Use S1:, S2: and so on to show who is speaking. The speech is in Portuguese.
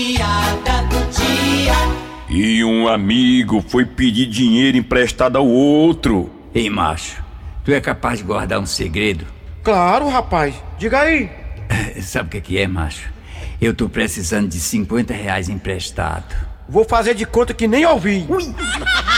S1: piada do dia.
S2: E um amigo foi pedir dinheiro emprestado ao outro.
S3: Ei, macho, tu é capaz de guardar um segredo?
S4: Claro, rapaz. Diga aí.
S3: Sabe o que é que é, macho? Eu tô precisando de 50 reais emprestado.
S4: Vou fazer de conta que nem ouvi.
S3: Ui!